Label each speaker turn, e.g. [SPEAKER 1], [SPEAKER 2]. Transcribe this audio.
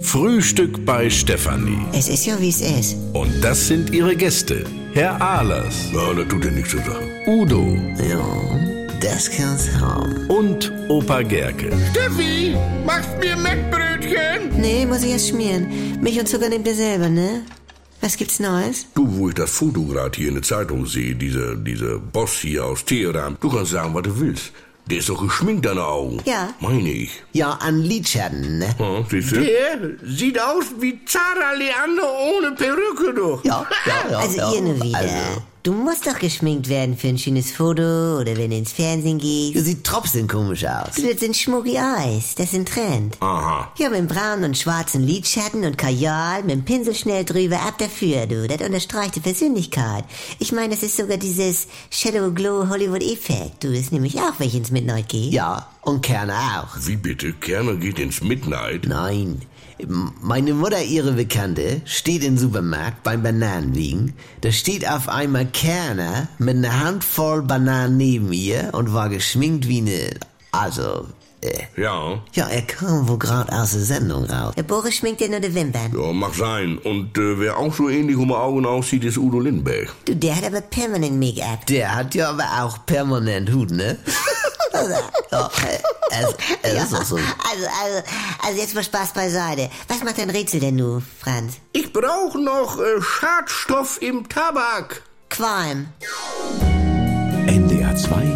[SPEAKER 1] Frühstück bei Stefanie.
[SPEAKER 2] Es ist ja, wie es ist.
[SPEAKER 1] Und das sind ihre Gäste. Herr Ahlers,
[SPEAKER 3] Ja, das tut dir nichts zu sagen.
[SPEAKER 1] Udo
[SPEAKER 2] Ja, das kann's haben.
[SPEAKER 1] und Opa Gerke.
[SPEAKER 4] Steffi, machst mir Mettbrötchen?
[SPEAKER 2] Nee, muss ich erst schmieren. Milch und Zucker nehmt ihr selber, ne? Was gibt's Neues?
[SPEAKER 3] Du, wo ich das Foto gerade hier in der Zeitung sehe, dieser, dieser Boss hier aus Teheran, du kannst sagen, was du willst. Der ist doch geschminkt, deine Augen.
[SPEAKER 2] Ja.
[SPEAKER 3] Meine ich.
[SPEAKER 5] Ja, an Lidschatten, ne?
[SPEAKER 3] Ja, siehst du?
[SPEAKER 4] Der sieht aus wie Zara Leander ohne Perücke doch.
[SPEAKER 5] Ja, ja, ja.
[SPEAKER 2] Also
[SPEAKER 5] ja.
[SPEAKER 2] ihr nur wieder.
[SPEAKER 5] Also,
[SPEAKER 2] Du musst doch geschminkt werden für ein schönes Foto oder wenn du ins Fernsehen
[SPEAKER 5] ihr
[SPEAKER 2] gehst.
[SPEAKER 5] sieht trotzdem komisch
[SPEAKER 2] Du
[SPEAKER 5] aus.
[SPEAKER 2] willst in Schmucki Eis, das ist ein Trend.
[SPEAKER 3] Aha.
[SPEAKER 2] Ja, mit braunen und schwarzen Lidschatten und Kajal, mit dem Pinsel schnell drüber, ab dafür, du. Das unterstreicht die Persönlichkeit. Ich meine, das ist sogar dieses Shadow Glow Hollywood Effekt. Du, das nehme ich auch, wenn ich ins Midnight gehe.
[SPEAKER 5] Ja, und Kerner auch.
[SPEAKER 3] Wie bitte? Kerner geht ins Midnight?
[SPEAKER 5] Nein. M- Meine Mutter, ihre Bekannte, steht im Supermarkt beim Bananenwiegen. Da steht auf einmal Kerner mit einer Handvoll Bananen neben ihr und war geschminkt wie eine... Also, äh,
[SPEAKER 3] Ja.
[SPEAKER 5] ja, er kam wohl gerade aus der Sendung raus.
[SPEAKER 2] Der Boris schminkt dir nur die Wimpern.
[SPEAKER 3] Ja, mag sein. Und äh, wer auch so ähnlich um die Augen aussieht, ist Udo Lindberg.
[SPEAKER 2] Du, der hat aber permanent Make-up.
[SPEAKER 5] Der hat ja aber auch permanent Hut, ne? ja, es, es ist doch so.
[SPEAKER 2] Also, also, also jetzt mal Spaß beiseite. Was macht dein Rätsel denn du, Franz?
[SPEAKER 4] Ich brauche noch äh, Schadstoff im Tabak.
[SPEAKER 2] Qualm.
[SPEAKER 6] NDR 2